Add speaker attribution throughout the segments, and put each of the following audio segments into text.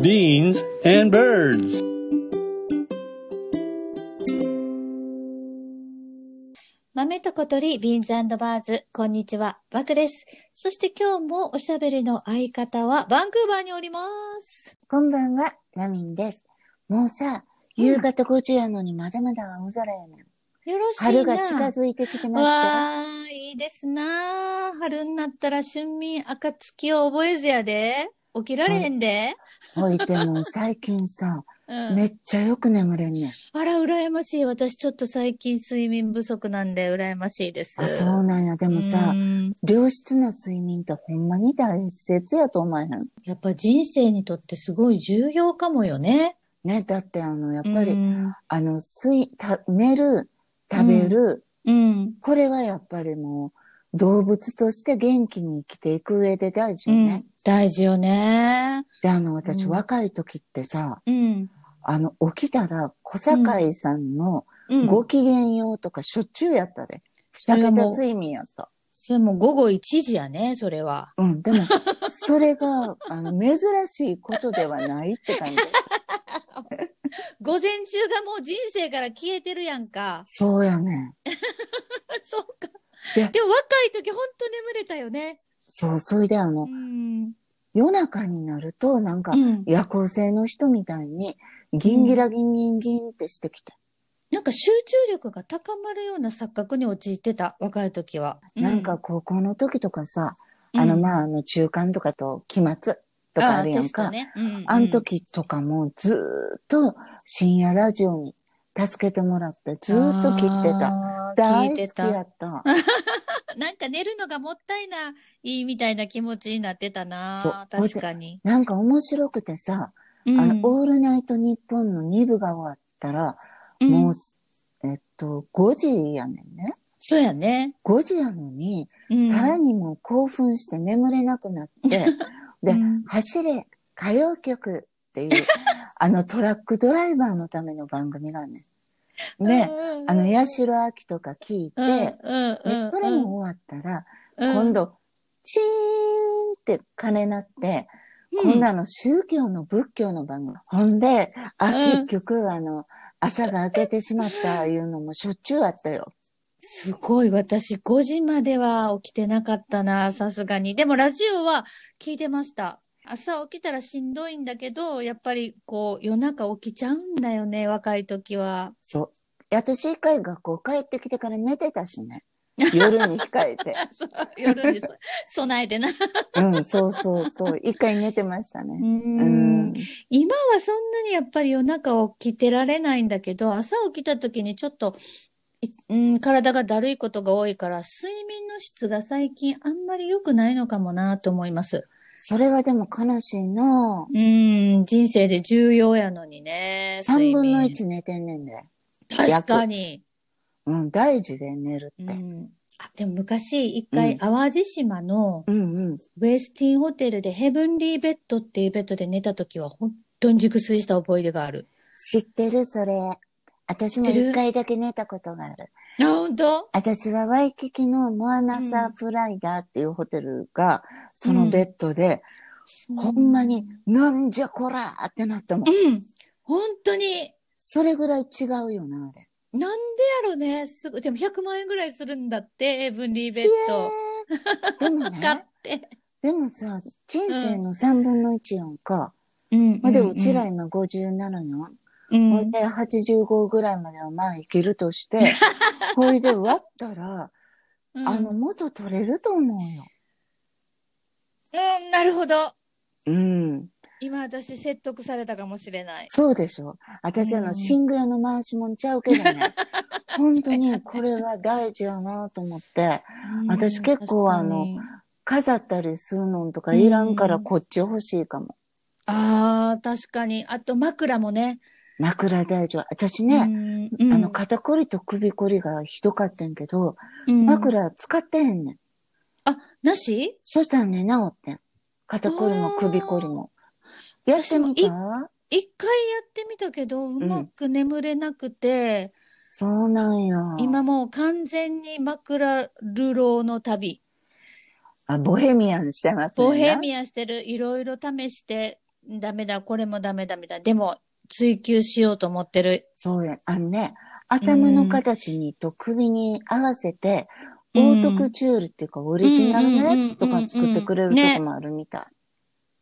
Speaker 1: beans and birds.
Speaker 2: 豆と小鳥、ビーンズバーズ、こんにちは、バクです。そして今日もおしゃべりの相方は、バンクーバーにおります。
Speaker 3: こんばんは、ナミンです。もうさ、
Speaker 2: うん
Speaker 3: 夕方5時やのにまだまだ青空やねん。
Speaker 2: よろしいな
Speaker 3: 春が近づいてきてますよ。
Speaker 2: わー、いいですなー春になったら春眠暁を覚えずやで。起きられへんで。
Speaker 3: ほいても最近さ、
Speaker 2: うん、
Speaker 3: めっちゃよく眠れんねん。
Speaker 2: あら、羨ましい。私ちょっと最近睡眠不足なんで、羨ましいです。
Speaker 3: あ、そうなんや。でもさ
Speaker 2: う、ん
Speaker 3: 良質な睡眠ってほんまに大切やと思えへん。
Speaker 2: やっぱ人生にとってすごい重要かもよね。
Speaker 3: ね、だってあの、やっぱり、
Speaker 2: うん
Speaker 3: あの、睡、た、寝る、食べる、
Speaker 2: うん。
Speaker 3: これはやっぱりもう、動物として元気に生きていく上で大事
Speaker 2: う
Speaker 3: よね。
Speaker 2: ん。大事よね。
Speaker 3: で、あの、私、
Speaker 2: うん
Speaker 3: 若い時ってさ、
Speaker 2: うん。
Speaker 3: あの、起きたら、小堺さんの
Speaker 2: うん
Speaker 3: ご機嫌ようとかしょっちゅうやったで。
Speaker 2: そ
Speaker 3: 二
Speaker 2: れ
Speaker 3: 桁
Speaker 2: も、
Speaker 3: 睡眠やった。
Speaker 2: それも午後1時やね、それは。
Speaker 3: うん、でも、それが、 あの、珍しいことではないって感 じ。。
Speaker 2: 午前中がもう人生から消えてるやんか
Speaker 3: そうやね。
Speaker 2: そうか。
Speaker 3: い
Speaker 2: で
Speaker 3: や
Speaker 2: も若い時ほんと眠れたよね。
Speaker 3: そう、それであの
Speaker 2: う、ん。
Speaker 3: 夜中になると、なんか
Speaker 2: う、ん。
Speaker 3: 夜行性の人みたいに、ギンギラギンギンギンってしてきて。
Speaker 2: なんか集中力が高まるような錯覚に陥ってた、若い時は。う
Speaker 3: なんか、高校の時とかさ、
Speaker 2: うん
Speaker 3: あの、まあ、あの、中間とかと期末とかあるやん
Speaker 2: あ
Speaker 3: か
Speaker 2: ー。テストね。
Speaker 3: あの
Speaker 2: の、
Speaker 3: 時とかもずーっと深夜ラジオに助けてもらってずーっと聞いてた。
Speaker 2: あー
Speaker 3: 大
Speaker 2: 聞い
Speaker 3: 好
Speaker 2: て
Speaker 3: き
Speaker 2: た。
Speaker 3: やった。
Speaker 2: なんか寝るのがもったいないみたいな気持ちになってたな。
Speaker 3: そう
Speaker 2: 確かに。
Speaker 3: なんか面白くてさ、
Speaker 2: うん
Speaker 3: あの、オールナイトニッポンの2部が終わったら、
Speaker 2: うん
Speaker 3: もう、えっと、5時やねんね。
Speaker 2: そうやね。
Speaker 3: 5時やのに、
Speaker 2: うん
Speaker 3: さらにもう興奮して眠れなく なって、で
Speaker 2: うん
Speaker 3: 走れ歌謡曲っていう、 あのトラックドライバーのための番組があんねん。で、
Speaker 2: うんうん
Speaker 3: あの、八代亜紀とか聞いて、
Speaker 2: うん
Speaker 3: で
Speaker 2: うんうん、
Speaker 3: それも終わったら、
Speaker 2: うん、
Speaker 3: 今度、チーンって鐘鳴って、
Speaker 2: うん、
Speaker 3: こんなの宗教の仏教の番組。ほんで、あ、
Speaker 2: うん
Speaker 3: 結局、あの、朝が明けてしまったいうのもしょっちゅうあったよ。
Speaker 2: すごい、私5時までは起きてなかったな、さすがに。でもラジオは聞いてました。朝起きたらしんどいんだけど、やっぱりこう夜中起きちゃうんだよね、若い時は。
Speaker 3: そう。私一回学校帰ってきてから寝てたしね。夜に控えて。
Speaker 2: そう夜にそ備えて な。う
Speaker 3: うん、そうそうそう。一回寝てました
Speaker 2: ー
Speaker 3: ね。うんん。
Speaker 2: 今はそんなにやっぱり夜中起きてられないんだけど、朝起きた時にちょっと、いうん、体がだるいことが多いから、睡眠の質が最近あんまり良くないのかもなと思います。
Speaker 3: それはでも悲しいなぁ
Speaker 2: うん、人生で重要やのにね。
Speaker 3: 三分の
Speaker 2: 睡
Speaker 3: 一寝てんねんで。
Speaker 2: 眠。確かに。
Speaker 3: うん、大事で寝る
Speaker 2: う
Speaker 3: って。
Speaker 2: ん。あ、でも昔、一回、
Speaker 3: うん
Speaker 2: 淡路島の
Speaker 3: うんうん。
Speaker 2: ウェスティンホテルでヘブンリーベッドっていうベッドで寝た時は、本当に熟睡した覚えがある。
Speaker 3: 知ってるそれ。私も
Speaker 2: 知ってる
Speaker 3: 一回だけ寝たことがある。
Speaker 2: あ、本当
Speaker 3: 私はワイキキのモアナサープライダーっていうホテルが、そのベッドで、ほんまに、なんじゃこらーってなったもん。
Speaker 2: うん。本当に、
Speaker 3: それぐらい違うよな、あれ。
Speaker 2: なんでやろね。すごい。でも100万円ぐらいするんだって、エブンリーベッド。
Speaker 3: ド。でも
Speaker 2: 買っ
Speaker 3: ね、
Speaker 2: て。
Speaker 3: でもさ、人生の三分の一やんか。
Speaker 2: うん
Speaker 3: まあで、うちら今57やん。
Speaker 2: うん
Speaker 3: ほいで、85ぐらいまではまあいける として、ほいで割ったら、
Speaker 2: うん
Speaker 3: あの、元取れると思うよ。
Speaker 2: うん、なるほど。
Speaker 3: うん。
Speaker 2: 今私説得されたかもしれない。
Speaker 3: そうでしょ。私、あ
Speaker 2: うん
Speaker 3: の、寝具屋の回しもんちゃうけど ね。本当にこれは大事やなと思って、私結構あの
Speaker 2: 確かに、
Speaker 3: 飾ったりするのんとかいらんか
Speaker 2: う
Speaker 3: ら
Speaker 2: ん
Speaker 3: こっち欲しいかも。
Speaker 2: ああ、確かに。あと枕もね。
Speaker 3: 枕大丈夫。私ね、
Speaker 2: うん
Speaker 3: あの、、肩こりと首こりがひどかったんけど、
Speaker 2: うん、
Speaker 3: 枕使ってへんねん。
Speaker 2: なし
Speaker 3: そしたらね、治ってん。肩こりも首こりも。やってみ
Speaker 2: 私
Speaker 3: た
Speaker 2: 一回やってみたけど、うんまく眠れなくて、
Speaker 3: そうなんや。
Speaker 2: 今もう完全に枕流浪の旅。
Speaker 3: あ、ボヘミアンしてますね。
Speaker 2: ボヘミアンしてる、いろいろ試して、ダメだ、これもダメだみたいな。でも、追求しようと思ってる。
Speaker 3: そうや、あのね、頭の形にと首に合わせて、
Speaker 2: うん
Speaker 3: オートクチュールっていうか、オリジナルのやつとか作ってくれると
Speaker 2: うんうんうんうん
Speaker 3: こもあるみたい。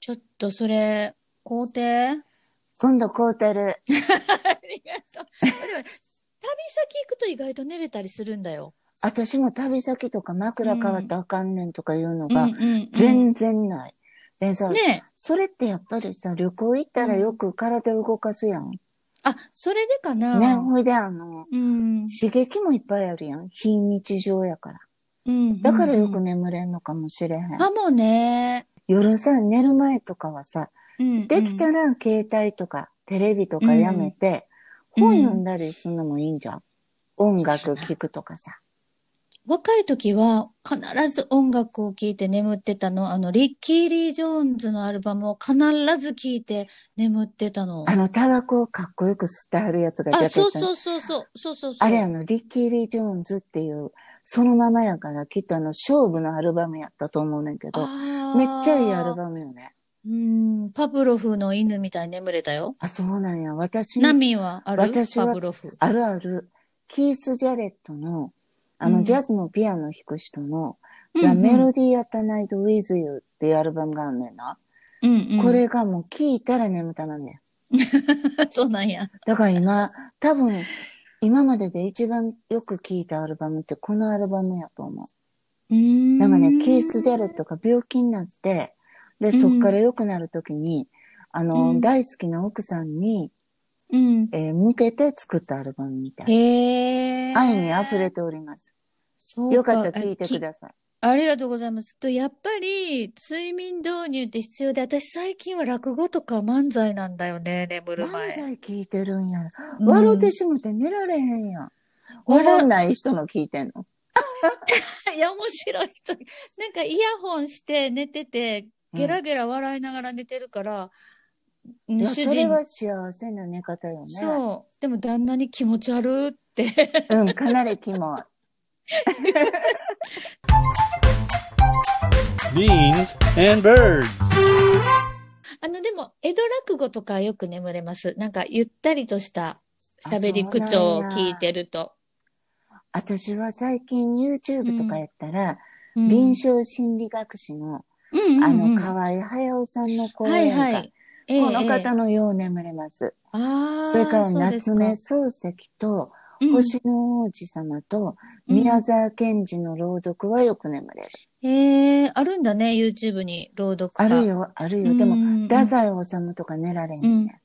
Speaker 2: ちょっとそれ、工程あ
Speaker 3: 今度買うてる。
Speaker 2: りがとう。でも旅先行くと意外と寝れたりするんだよ。
Speaker 3: 私も旅先とか枕変わったらあかんねんとかいうの
Speaker 2: うんう
Speaker 3: が、
Speaker 2: ん、
Speaker 3: 全然ない。でさ、
Speaker 2: ねえ
Speaker 3: それってやっぱりさ、旅行行ったらよく体動かすやん。
Speaker 2: あ、それでかな。
Speaker 3: ね、ほいであの、
Speaker 2: うん。
Speaker 3: 刺激もいっぱいあるやん。非日常やから。
Speaker 2: うん
Speaker 3: だからよく。眠れんのかもしれへん。
Speaker 2: かもね。
Speaker 3: 夜さ、寝る前とかはさ、
Speaker 2: うん
Speaker 3: できたら携帯とかテレビとかやめて、
Speaker 2: うん
Speaker 3: 本読んだりするのもいいんじゃん。音楽聴くとかさ。
Speaker 2: 若い時は必ず音楽を聴いて眠ってたの。あの、リッキー・リー・ジョーンズのアルバムを必ず聴いて眠ってたの。
Speaker 3: あの、タバコをかっこよく吸ってはるやつが
Speaker 2: あ、そう
Speaker 3: う。
Speaker 2: そうそうそう。そうそうそう。
Speaker 3: あれあの、リッキー・リー・ジョーンズっていう、そのままやから、きっとあの、勝負のアルバムやったと思うねんけど、
Speaker 2: あー
Speaker 3: めっちゃいいアルバムよね。
Speaker 2: うん、パブロフの犬みたいに眠れたよ。
Speaker 3: あ、そうなんや。私
Speaker 2: ナ
Speaker 3: も、
Speaker 2: ミンはある
Speaker 3: 私は
Speaker 2: パブロフ。
Speaker 3: あるある、キース・ジャレットの、あ
Speaker 2: う
Speaker 3: の、
Speaker 2: ん
Speaker 3: ジャズのピアノ弾く人の、
Speaker 2: うんう
Speaker 3: The
Speaker 2: ん
Speaker 3: Melody at Night with You っていうアルバムがあんねんな。
Speaker 2: うんうん、
Speaker 3: これがもう聞いたら眠たなんねん。
Speaker 2: そうなんや。
Speaker 3: だから今、多分、今までで一番よく聞いたアルバムってこのアルバムやと思
Speaker 2: う
Speaker 3: う。
Speaker 2: ん。
Speaker 3: なんかね、キース・ジャレットが病気になって、で、そっから良くなるときに、あの、
Speaker 2: うん
Speaker 3: 大好きな奥さんに、
Speaker 2: うん。
Speaker 3: えー向けて作ったアルバムみたい。
Speaker 2: へえ。
Speaker 3: 愛に溢れております。
Speaker 2: そう
Speaker 3: よかったら聞いてく
Speaker 2: い。
Speaker 3: ださい。
Speaker 2: ありがとうございます。と、やっぱり、睡眠導入って必要で、私最近は落語とか漫才なんだよね、眠る前。
Speaker 3: 漫才聞いてるんや。
Speaker 2: うん
Speaker 3: 笑うてしもて寝られへんやん。
Speaker 2: 笑う
Speaker 3: 笑わない人の聞いてんの。
Speaker 2: いや、面白い人。なんかイヤホンして寝てて、ゲラゲラ笑いながら寝てるから、うん
Speaker 3: いや
Speaker 2: 主
Speaker 3: それ
Speaker 2: 人
Speaker 3: は幸せな寝方よね。
Speaker 2: そう。でも旦那に気持ち悪って
Speaker 3: うん、かなりキモい。
Speaker 1: Beans and birds.
Speaker 2: あの、でも、江戸落語とかよく眠れます。なんか、ゆったりとした喋り口調を聞いてると。
Speaker 3: 私は最近 YouTube とかやったら、
Speaker 2: うん
Speaker 3: 臨床心理学士の、
Speaker 2: うんうん
Speaker 3: あの、
Speaker 2: うん
Speaker 3: 河合駿さんの講
Speaker 2: はい
Speaker 3: 演が、
Speaker 2: はい。ええ
Speaker 3: この
Speaker 2: ええ
Speaker 3: 方のよう眠れます。
Speaker 2: ああ、
Speaker 3: それから
Speaker 2: そうです
Speaker 3: 夏
Speaker 2: か
Speaker 3: 目漱石と、
Speaker 2: うん
Speaker 3: 星の王子様と、
Speaker 2: うん
Speaker 3: 宮沢賢治の朗読はよく眠れる。
Speaker 2: へえ、あるんだね、YouTube に朗読が。
Speaker 3: あるよ、ある
Speaker 2: う
Speaker 3: よ。
Speaker 2: ん。
Speaker 3: でも、
Speaker 2: も
Speaker 3: 太宰治とか寝られへんね。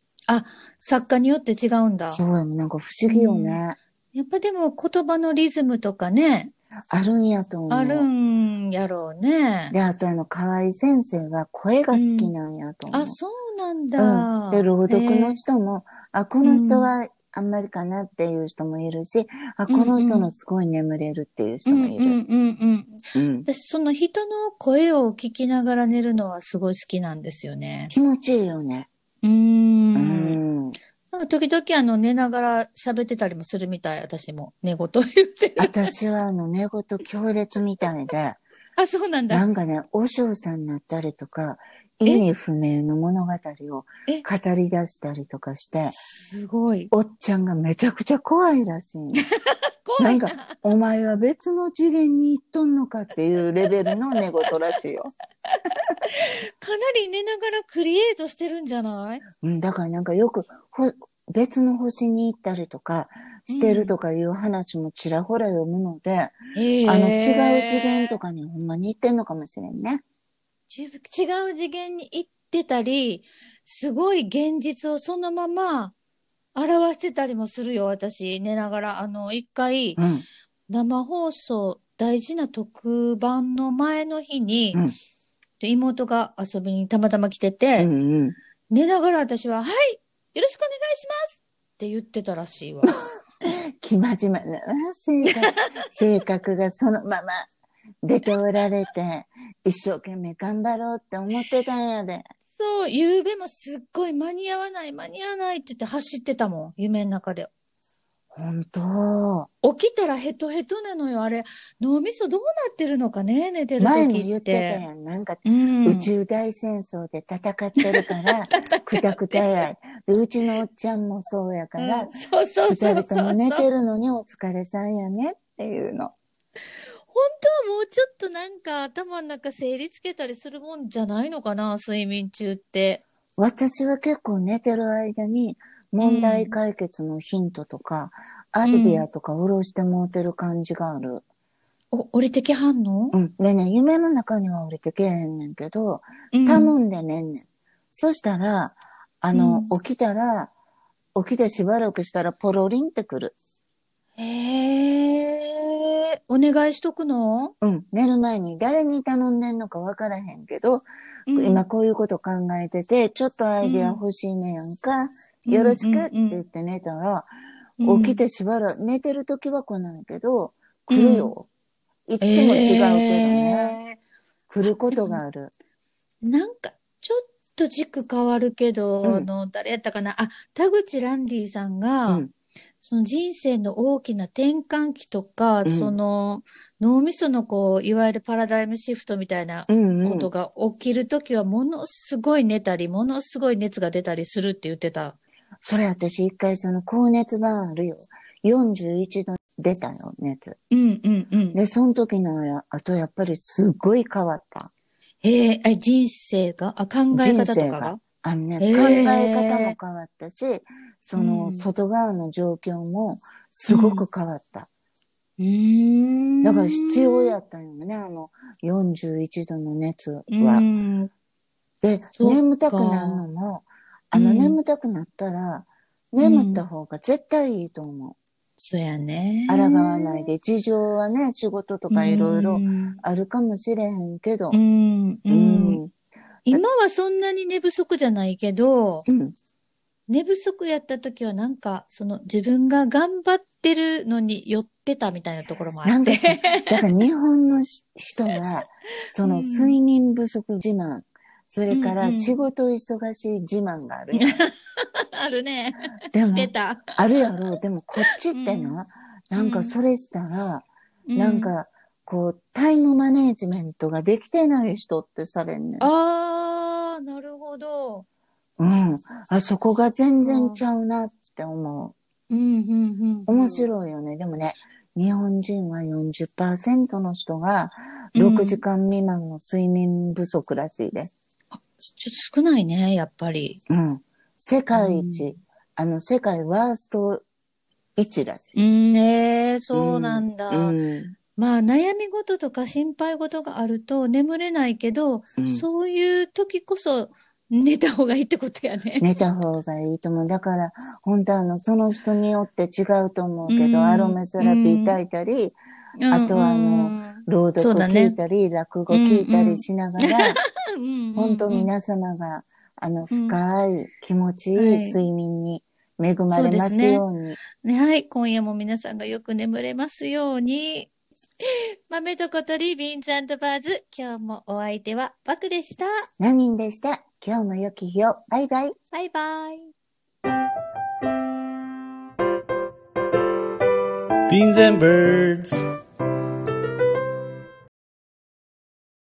Speaker 2: 作家によって違うんだ。
Speaker 3: そうよ、なんか不思議よね。
Speaker 2: やっぱでも言葉のリズムとかね、
Speaker 3: あるんやと思う。
Speaker 2: あるんやろうね。
Speaker 3: で、あとあの、河合先生は声が好きなんやと思う。
Speaker 2: あ、そうなん
Speaker 3: うん、
Speaker 2: だ。
Speaker 3: で、朗読の
Speaker 2: へえ
Speaker 3: 人も、あ、この人はあんまりかなっていう人もいるし、あ、この人のすごい眠れるっていう人
Speaker 2: うん
Speaker 3: も
Speaker 2: うん
Speaker 3: いうる。
Speaker 2: んうん。
Speaker 3: うん
Speaker 2: 私、その人の声を聞きながら寝るのはすごい好きなんですよね。
Speaker 3: 気持ちいいよね。
Speaker 2: うー。
Speaker 3: うん ん。
Speaker 2: なんか時々あの寝ながら喋ってたりもするみたい、私も。寝言言 ってる。
Speaker 3: 私はあの、寝言強烈みたいで、
Speaker 2: あ、そうなんだ
Speaker 3: な。んかね、和尚さんになったりとか、意味不明の物語を
Speaker 2: え
Speaker 3: 語り出したりとかして、
Speaker 2: すごい。
Speaker 3: おっちゃんがめちゃくちゃ怖いらしい。
Speaker 2: 怖
Speaker 3: ないん
Speaker 2: な。
Speaker 3: か、お前は別の次元に行っとんのかっていうレベルの寝言らしいよ。
Speaker 2: かなり寝ながらクリエイトしてるんじゃない
Speaker 3: うん、だからなんかよくほ別の星に行ったりとかしてるとかいう話もちらほら読むので、あの違う次元と
Speaker 2: か。
Speaker 3: かにほんまに行ってんのかもしれんね。
Speaker 2: ち違う次元に行ってたり、すごい現実をそのまま表してたりもするよ、私。寝ながら。あの、一回、
Speaker 3: うん。
Speaker 2: 生放送大事な特番の前の日に、
Speaker 3: うん
Speaker 2: で妹が遊びにたまたま来て
Speaker 3: う
Speaker 2: て、
Speaker 3: んうん。
Speaker 2: 寝ながら私は、はいよろしくお願いしますって言ってたらしいわ。
Speaker 3: 気まじまな性格、 性格がそのまま出ておられて、一生懸命頑張ろうって思ってたんやで。
Speaker 2: そう、夕べもすっごい間に合わない間に合わないって言って走ってたもん、夢の中で。
Speaker 3: 本当。
Speaker 2: 起きたらヘトヘトなのよ。あれ、脳みそどうなってるのかね、寝てる時って。
Speaker 3: 前も言ってたやん。なんか、
Speaker 2: うん、
Speaker 3: 宇宙大戦争で戦って るから、くたくたや。でうちのおっちゃんもそうやから、
Speaker 2: うんそうそうそう
Speaker 3: 二
Speaker 2: そうそ
Speaker 3: 人と
Speaker 2: う。
Speaker 3: も
Speaker 2: 本
Speaker 3: 寝
Speaker 2: 当は
Speaker 3: てるのにお疲れさんやねっていうの。
Speaker 2: もうちょっとなんか頭の中整理つけたりするもんじゃないのかな、睡眠中って。
Speaker 3: 私は結構寝てる間に問題解決のヒントとか、アイディアとかおろしてもうてる感じがある。
Speaker 2: お、俺的反応
Speaker 3: うん。でね、夢の中には降りてけえへんねんけど、
Speaker 2: うん
Speaker 3: 頼んでねんねん。そしたら、あの、
Speaker 2: う
Speaker 3: 起きたら、起きてしばらくしたらポロリンってくる。
Speaker 2: へえ、お願いしとくの
Speaker 3: うん。寝る前に誰に頼んでんのかわからへんけど、今こういうこと考えてて、ちょっとアイディア欲しいねやんか、
Speaker 2: うん
Speaker 3: よろしくって
Speaker 2: うんうんうん
Speaker 3: 言って寝たら、
Speaker 2: うん
Speaker 3: 起きてしばらく、寝てる時は来ないけど、来るよ。いつも違うけどね、
Speaker 2: えー
Speaker 3: 来ることがある。
Speaker 2: なんか、ちょっと軸変わるけど、
Speaker 3: うん
Speaker 2: あの、誰やったかなあ、田口ランディさん
Speaker 3: う
Speaker 2: が、
Speaker 3: ん。
Speaker 2: その人生の大きな転換期とか、
Speaker 3: うん
Speaker 2: その、脳みそのこう、いわゆるパラダイムシフトみたいな
Speaker 3: うん、う
Speaker 2: こ
Speaker 3: ん
Speaker 2: と。が起きるときは、ものすごい寝たり、ものすごい熱が出たりするって言ってた。
Speaker 3: それ私一回その高熱版あるよ。41度出たよ、熱。
Speaker 2: うんうんうん。
Speaker 3: で、その時のや、あとやっぱりすっごい変わった。
Speaker 2: えー、え、人生があ、考え方とか
Speaker 3: 人生
Speaker 2: が
Speaker 3: があのね、
Speaker 2: へー
Speaker 3: 考え方も変わったし、そうの
Speaker 2: ん
Speaker 3: 外側の状況もすごく変わった。
Speaker 2: うーん
Speaker 3: だから必要やったんよね、あの41度の熱は。
Speaker 2: うん。
Speaker 3: で、
Speaker 2: そっか
Speaker 3: 眠たくなるのも、あの
Speaker 2: うん
Speaker 3: 眠たくなったら、眠った方が絶対いいと思
Speaker 2: そうやね
Speaker 3: う。。抗わないで、事情はね、仕事と
Speaker 2: と
Speaker 3: かいろいろ
Speaker 2: うん。
Speaker 3: あるかもしれへんけど
Speaker 2: う、ん。う
Speaker 3: うんん、
Speaker 2: 今はそんなに寝不足じゃないけど、
Speaker 3: うん、
Speaker 2: 寝不足やった時はなんか、その自分が頑張ってるのに寄ってたみたいなところもあ
Speaker 3: な
Speaker 2: っ
Speaker 3: んか
Speaker 2: て。
Speaker 3: さ、だから日本のし 人は、その
Speaker 2: うん
Speaker 3: 睡眠不足自慢、そ
Speaker 2: う
Speaker 3: れか
Speaker 2: んう
Speaker 3: ら
Speaker 2: ん
Speaker 3: 仕事忙しい自慢があるやん。
Speaker 2: あるね。
Speaker 3: でも
Speaker 2: 出、た。
Speaker 3: あるやろう。でもこっちっ
Speaker 2: う
Speaker 3: てな、
Speaker 2: ん
Speaker 3: なん
Speaker 2: う
Speaker 3: か
Speaker 2: ん
Speaker 3: それしたら、
Speaker 2: う
Speaker 3: なん。か、こう、タイムマネージメントができてない人ってされんねん。
Speaker 2: あー、なるほど。
Speaker 3: うん。あそこが全然ちゃうなって思
Speaker 2: うん、うん、う
Speaker 3: う。
Speaker 2: ん。
Speaker 3: 面白いよね。でもね、日本人は40%の人が
Speaker 2: うん
Speaker 3: 6時間未満の睡眠不足らしい
Speaker 2: ちょ
Speaker 3: で。
Speaker 2: っと少ないね、やっぱり。
Speaker 3: うん。世界
Speaker 2: う
Speaker 3: 一、あの、世界ワースト1らし
Speaker 2: う
Speaker 3: い。
Speaker 2: ん、えー、そうなんだ。
Speaker 3: うん。
Speaker 2: まあ、悩み事とか心配事があると眠れないけど、
Speaker 3: うん
Speaker 2: そういう時こそ寝た方がいいってことやね。
Speaker 3: 寝た方がいいと思う。だから、本当あの、その人によって違うと思うけど、
Speaker 2: うん
Speaker 3: アロメセラピー炊いたり、
Speaker 2: うん
Speaker 3: あとはあの
Speaker 2: そう
Speaker 3: 朗読
Speaker 2: だね
Speaker 3: 聞いたり、落語聞いたりしながら、
Speaker 2: うんうんうん
Speaker 3: 本当皆様が、あの、
Speaker 2: うん
Speaker 3: 深い気持ちい
Speaker 2: はい
Speaker 3: い睡眠に恵まれますように。
Speaker 2: ねはい、今夜も皆さんがよく眠れますように。 豆と小鳥、ビーンズバーズ。今日もお相手はバクでした。
Speaker 3: ナミンでした。今日も良き日を。バイバイ。
Speaker 2: バイバイ。
Speaker 1: Beans and birds.